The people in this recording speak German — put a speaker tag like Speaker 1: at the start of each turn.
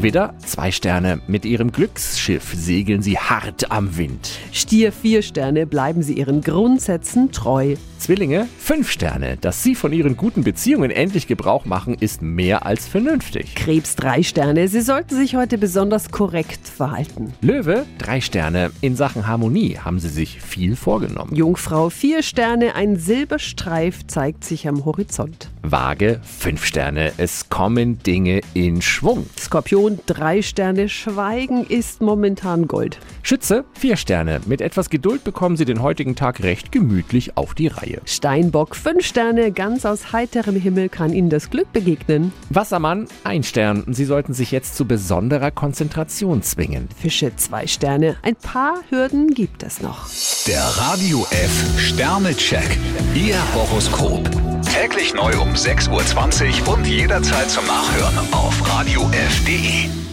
Speaker 1: Widder, zwei Sterne. Mit ihrem Glücksschiff segeln sie hart am Wind.
Speaker 2: Stier vier Sterne, bleiben Sie Ihren Grundsätzen treu.
Speaker 1: Zwillinge, fünf Sterne. Dass sie von ihren guten Beziehungen endlich Gebrauch machen, ist mehr als vernünftig.
Speaker 2: Krebs drei Sterne, Sie sollten sich heute besonders korrekt verhalten.
Speaker 1: Löwe, drei Sterne. In Sachen Harmonie haben sie sich viel vorgenommen.
Speaker 2: Jungfrau vier Sterne, ein Silberstreif zeigt sich am Horizont.
Speaker 1: Waage, fünf Sterne. Es kommen Dinge in Schwung.
Speaker 2: Skorpion drei Sterne, Schweigen ist momentan Gold.
Speaker 1: Schütze, vier Sterne. Mit etwas Geduld bekommen sie den heutigen Tag recht gemütlich auf die Reihe.
Speaker 2: Steinbock fünf Sterne, ganz aus heiterem Himmel kann Ihnen das Glück begegnen.
Speaker 1: Wassermann, ein Stern. Sie sollten sich jetzt zu besonderer Konzentration zwingen.
Speaker 2: Fische zwei Sterne, ein paar Hürden gibt es noch.
Speaker 3: Der Radio F Sternecheck. Ihr Horoskop. Täglich neu um 6.20 Uhr und jederzeit zum Nachhören auf Radio radiof.de.